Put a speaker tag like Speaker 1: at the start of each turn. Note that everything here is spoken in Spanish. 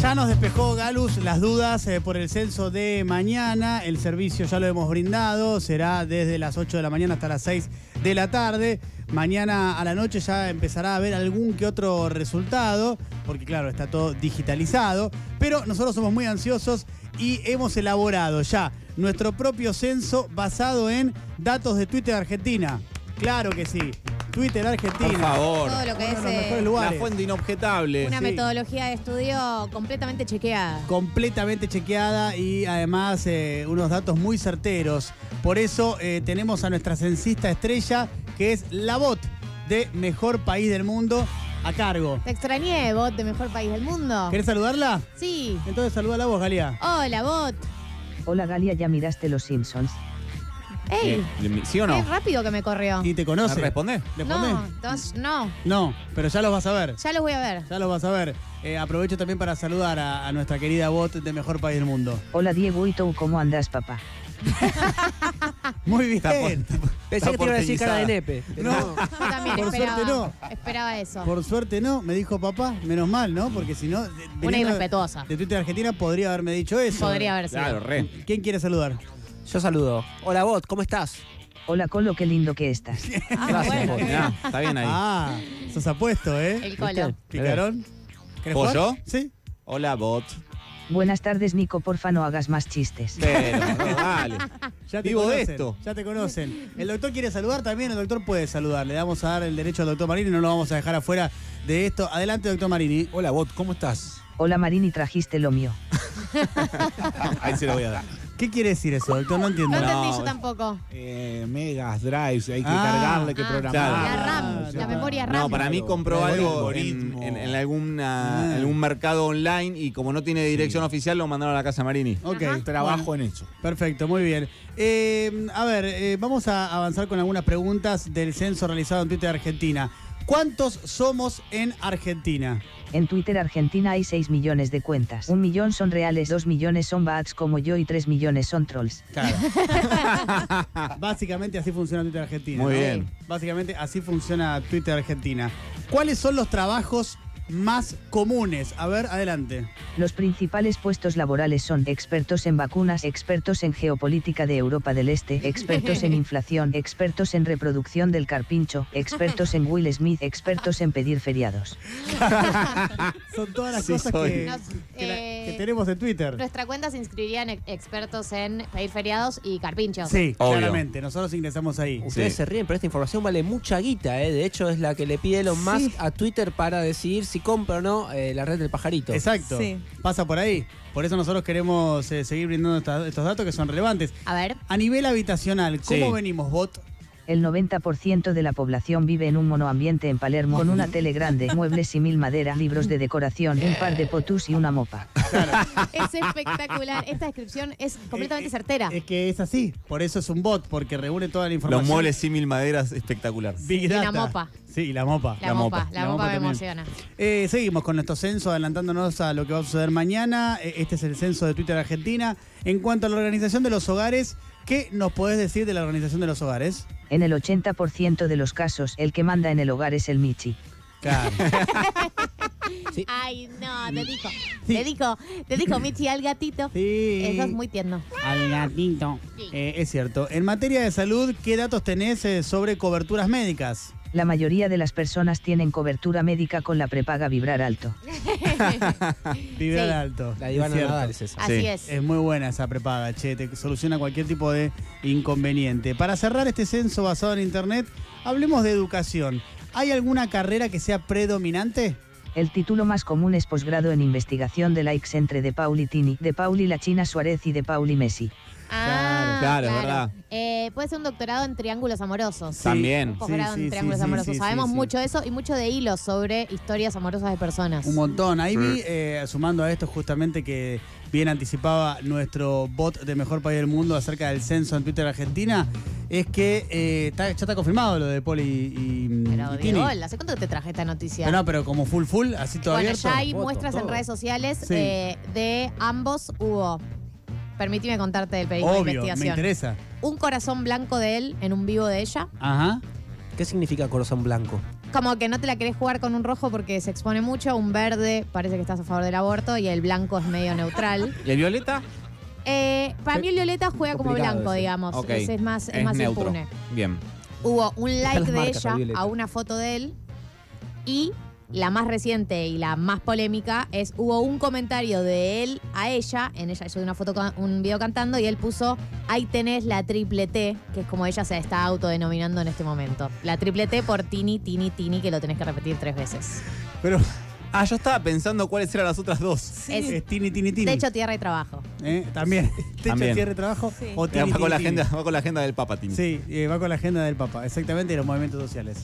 Speaker 1: Ya nos despejó Galus las dudas eh, por el censo de mañana. El servicio ya lo hemos brindado. Será desde las 8 de la mañana hasta las 6 de la tarde. Mañana a la noche ya empezará a haber algún que otro resultado, porque claro, está todo digitalizado. Pero nosotros somos muy ansiosos y hemos elaborado ya nuestro propio censo basado en datos de Twitter Argentina. Claro que sí. Twitter Argentina.
Speaker 2: Por favor.
Speaker 3: Todo lo
Speaker 1: Uno
Speaker 3: que es
Speaker 1: de los
Speaker 3: eh,
Speaker 1: mejores
Speaker 2: La
Speaker 1: lugares.
Speaker 2: fuente inobjetable.
Speaker 3: una
Speaker 1: sí.
Speaker 3: metodología de estudio completamente chequeada.
Speaker 1: completamente chequeada y además eh, unos datos muy certeros. Por eso eh, tenemos a nuestra censista estrella, que es la bot de Mejor País del Mundo, a cargo.
Speaker 3: Te extrañé, bot de mejor país del mundo.
Speaker 1: ¿Querés saludarla?
Speaker 3: Sí.
Speaker 1: Entonces saluda a vos, Galia.
Speaker 3: Hola, bot.
Speaker 4: Hola Galia, ya miraste Los Simpsons.
Speaker 3: Ey,
Speaker 2: Eh, ¿Sí o
Speaker 3: qué
Speaker 2: no?
Speaker 3: rápido que me corrió.
Speaker 1: Y te
Speaker 2: ¿Me
Speaker 1: conoce.
Speaker 2: responde?
Speaker 1: ¿Le
Speaker 3: Ah. No,
Speaker 1: ponés?
Speaker 3: entonces, no.
Speaker 1: No, pero ya los vas a ver.
Speaker 3: Ya los voy a ver.
Speaker 1: Ya los vas a ver. Eh, aprovecho también para saludar a, a nuestra querida bot de Mejor País del Mundo.
Speaker 4: Hola Diego y tú, ¿cómo andas, papá?
Speaker 1: Muy
Speaker 2: Está por-
Speaker 1: bien.
Speaker 5: Pensé que te iba a decir cara de nepe.
Speaker 1: No,
Speaker 3: Yo también
Speaker 1: Por
Speaker 3: esperaba.
Speaker 1: suerte
Speaker 3: Esperaba eso.
Speaker 1: por suerte no, me dijo papá, menos mal, ¿no? Porque si no... de-
Speaker 3: Una
Speaker 1: viniendo de-
Speaker 3: irrespetuosa.
Speaker 1: De Twitter Argentina podría haberme dicho eso.
Speaker 3: Podría haber sido.
Speaker 2: Claro, re.
Speaker 1: ¿Quién quiere saludar?
Speaker 5: Yo saludo. Hola, bot, ¿cómo estás?
Speaker 4: Hola Colo, qué lindo que estás.
Speaker 3: Ah,
Speaker 5: Gracias,
Speaker 3: bueno.
Speaker 5: bot.
Speaker 2: Mirá, está bien ahí.
Speaker 1: Ah, sos apuesto, ¿eh?
Speaker 3: El colo.
Speaker 1: Picarón. ¿Querés
Speaker 2: ¿Puedo
Speaker 1: jugar?
Speaker 2: yo?
Speaker 1: Sí.
Speaker 2: Hola, bot.
Speaker 4: Buenas tardes Nico, porfa no hagas más chistes.
Speaker 2: Pero, no, dale.
Speaker 1: Ya
Speaker 2: Vivo de
Speaker 1: conocen,
Speaker 2: esto.
Speaker 1: Ya te conocen. El doctor quiere saludar también, el doctor puede saludar. Le vamos a dar el derecho al doctor Marini, no lo vamos a dejar afuera de esto. Adelante, doctor Marini.
Speaker 6: Hola, bot, ¿cómo estás?
Speaker 4: Hola Marini, trajiste lo mío.
Speaker 2: Ah, Ahí se lo voy a dar.
Speaker 1: ¿Qué quiere decir eso, doctor? No entiendo.
Speaker 3: No
Speaker 2: No,
Speaker 3: entendí yo
Speaker 2: bueno.
Speaker 3: tampoco.
Speaker 6: Eh, megas, drives, hay que
Speaker 1: Ah,
Speaker 6: cargarle, hay que
Speaker 3: ah,
Speaker 6: programar.
Speaker 2: claro.
Speaker 3: La RAM,
Speaker 6: O sea,
Speaker 3: la memoria RAM.
Speaker 2: No, para mí compró
Speaker 6: Claro.
Speaker 2: algo en,
Speaker 6: Algoritmo.
Speaker 2: en- en alguna,
Speaker 1: Ah.
Speaker 2: algún mercado online y como no tiene dirección oficial lo mandaron a la casa Marini.
Speaker 1: Ok.
Speaker 3: Ajá.
Speaker 6: Trabajo
Speaker 1: Bueno,
Speaker 6: en eso.
Speaker 1: Perfecto, muy bien. Eh, a ver, eh, vamos a avanzar con algunas preguntas del censo realizado en Twitter Argentina. ¿Cuántos somos en Argentina?
Speaker 4: En Twitter Argentina hay 6 millones de cuentas. Un millón son reales, 2 millones son bats como yo y 3 millones son trolls.
Speaker 1: Claro. Básicamente así funciona Twitter Argentina.
Speaker 2: Muy
Speaker 1: ¿no?
Speaker 2: bien.
Speaker 1: Básicamente así funciona Twitter Argentina. ¿Cuáles son los trabajos más comunes? A ver, adelante.
Speaker 4: Los principales puestos laborales son expertos en vacunas, expertos en geopolítica de Europa del Este, expertos en inflación, expertos en reproducción del carpincho, expertos en Will Smith, expertos en pedir feriados.
Speaker 1: Son todas las
Speaker 2: Sí,
Speaker 1: cosas
Speaker 2: soy.
Speaker 1: que,
Speaker 3: Nos,
Speaker 1: que la-
Speaker 3: eh,
Speaker 1: que tenemos en Twitter.
Speaker 3: Nuestra cuenta se inscribirían ex- expertos en pedir feriados y carpinchos.
Speaker 1: Sí,
Speaker 2: Obvio.
Speaker 1: claramente. Nosotros ingresamos ahí.
Speaker 5: Ustedes
Speaker 2: Sí.
Speaker 5: se ríen, pero esta información vale mucha guita, ¿eh? De hecho, es la que le pide Elon Musk
Speaker 1: Sí.
Speaker 5: a Twitter para decidir si compra o no eh, la red del pajarito.
Speaker 1: Exacto.
Speaker 7: Sí.
Speaker 1: Pasa por ahí. Por eso nosotros queremos eh, seguir brindando esta- estos datos que son relevantes.
Speaker 3: A ver,
Speaker 1: A nivel habitacional, ¿cómo
Speaker 2: Sí.
Speaker 1: venimos, bot?
Speaker 4: El 90% de la población vive en un monoambiente en Palermo con una tele grande, muebles y mil madera, libros de decoración, un par de potús y una mopa.
Speaker 3: es espectacular. Esta descripción es completamente
Speaker 1: Eh,
Speaker 3: certera.
Speaker 1: Es que es así. Por eso es un bot, porque reúne toda la información.
Speaker 2: Los muebles símil maderas espectacular.
Speaker 1: Big
Speaker 3: y la
Speaker 1: data.
Speaker 3: mopa.
Speaker 1: Sí, y la mopa.
Speaker 3: La, mopa, la, mopa, me
Speaker 1: también.
Speaker 3: emociona.
Speaker 1: Eh, seguimos con nuestro censo, adelantándonos a lo que va a suceder mañana. Eh, Este es el censo de Twitter Argentina. En cuanto a la organización de los hogares, ¿qué nos podés decir de la organización de los hogares?
Speaker 4: En el 80% de los casos, el que manda en el hogar es el Michi.
Speaker 1: Claro.
Speaker 5: Sí.
Speaker 3: Ay, no, te dijo.
Speaker 1: Sí.
Speaker 3: Te dijo, te dijo Michi al gatito.
Speaker 1: Sí.
Speaker 3: Eso es muy tierno.
Speaker 1: Al gatito.
Speaker 3: Sí.
Speaker 1: Eh, es cierto. En materia de salud, ¿qué datos tenés eh, sobre coberturas médicas?
Speaker 4: La mayoría de las personas tienen cobertura médica con la prepaga vibrar alto.
Speaker 1: Vibrar
Speaker 3: Sí.
Speaker 1: alto.
Speaker 5: La
Speaker 1: es
Speaker 5: divana
Speaker 1: cierto.
Speaker 5: Nadal es esa.
Speaker 3: Así
Speaker 2: Sí.
Speaker 3: es.
Speaker 1: Es muy buena esa prepaga, che, te soluciona cualquier tipo de inconveniente. Para cerrar este censo basado en internet, hablemos de educación. ¿Hay alguna carrera que sea predominante?
Speaker 4: El título más común es posgrado en investigación de la IX entre De Pauli Tini, De Pauli La China Suárez y De Pauli Messi.
Speaker 3: Ah,
Speaker 2: Claro, es verdad.
Speaker 3: Eh, puede ser un doctorado en triángulos amorosos.
Speaker 1: Sí.
Speaker 2: También.
Speaker 3: Un posgrado
Speaker 1: Sí, sí,
Speaker 3: en triángulos
Speaker 1: sí, sí,
Speaker 3: amorosos.
Speaker 1: sí,
Speaker 3: Sabemos
Speaker 1: sí.
Speaker 3: mucho de eso y mucho de hilos sobre historias amorosas de personas.
Speaker 1: Un montón. Ahí vi,
Speaker 2: Sí.
Speaker 1: eh, sumando a esto justamente que bien anticipaba nuestro bot de Mejor País del Mundo acerca del censo en Twitter Argentina, es que eh, está- ya está confirmado lo de Poli y, y-
Speaker 3: Pero
Speaker 1: y Tini.
Speaker 3: Diego, ¿hace cuánto que te traje esta noticia?
Speaker 1: Pero no, pero como full full, así todo
Speaker 3: bueno,
Speaker 1: abierto.
Speaker 3: ya hay
Speaker 5: Voto,
Speaker 3: muestras en
Speaker 5: todo.
Speaker 3: redes sociales
Speaker 1: Sí.
Speaker 3: eh, de ambos hubo. Permíteme contarte del periodismo de
Speaker 1: Obvio, me
Speaker 3: investigación.
Speaker 1: interesa.
Speaker 3: Un corazón blanco de él en un vivo de ella.
Speaker 1: Ajá.
Speaker 5: ¿Qué significa corazón blanco?
Speaker 3: como que no te la querés jugar con un rojo porque se expone mucho, un verde parece que estás a favor del aborto y el blanco es medio neutral.
Speaker 2: ¿Y el violeta?
Speaker 3: Eh, para mí el violeta juega como
Speaker 5: Complicado
Speaker 3: blanco,
Speaker 5: ese.
Speaker 3: digamos.
Speaker 2: Ok.
Speaker 3: Ese Es más, es más impune.
Speaker 2: Bien.
Speaker 3: Hubo un
Speaker 5: las
Speaker 3: like de
Speaker 5: marcas,
Speaker 3: ella
Speaker 5: el violeta.
Speaker 3: a una foto de él y la más reciente y la más polémica es hubo un comentario de él a ella, en ella hizo una foto con- un video cantando y él puso ahí tenés la triple T, que es como ella se está autodenominando en este momento. La triple T por Tini, Tini, Tini, que lo tenés que repetir tres veces.
Speaker 2: Pero. Ah, yo estaba pensando cuáles eran las otras dos.
Speaker 3: Es
Speaker 1: Es tini, tini, tini.
Speaker 3: techo, tierra y trabajo.
Speaker 1: Eh, También. Techo,
Speaker 2: También.
Speaker 1: cierre, trabajo.
Speaker 7: Sí.
Speaker 1: O
Speaker 2: Era-
Speaker 1: tini,
Speaker 2: Va con,
Speaker 1: tini,
Speaker 2: la
Speaker 1: tini.
Speaker 2: agenda, va con la agenda del Papa, Tim.
Speaker 1: Sí, eh, va con la agenda del Papa, exactamente, y los movimientos sociales.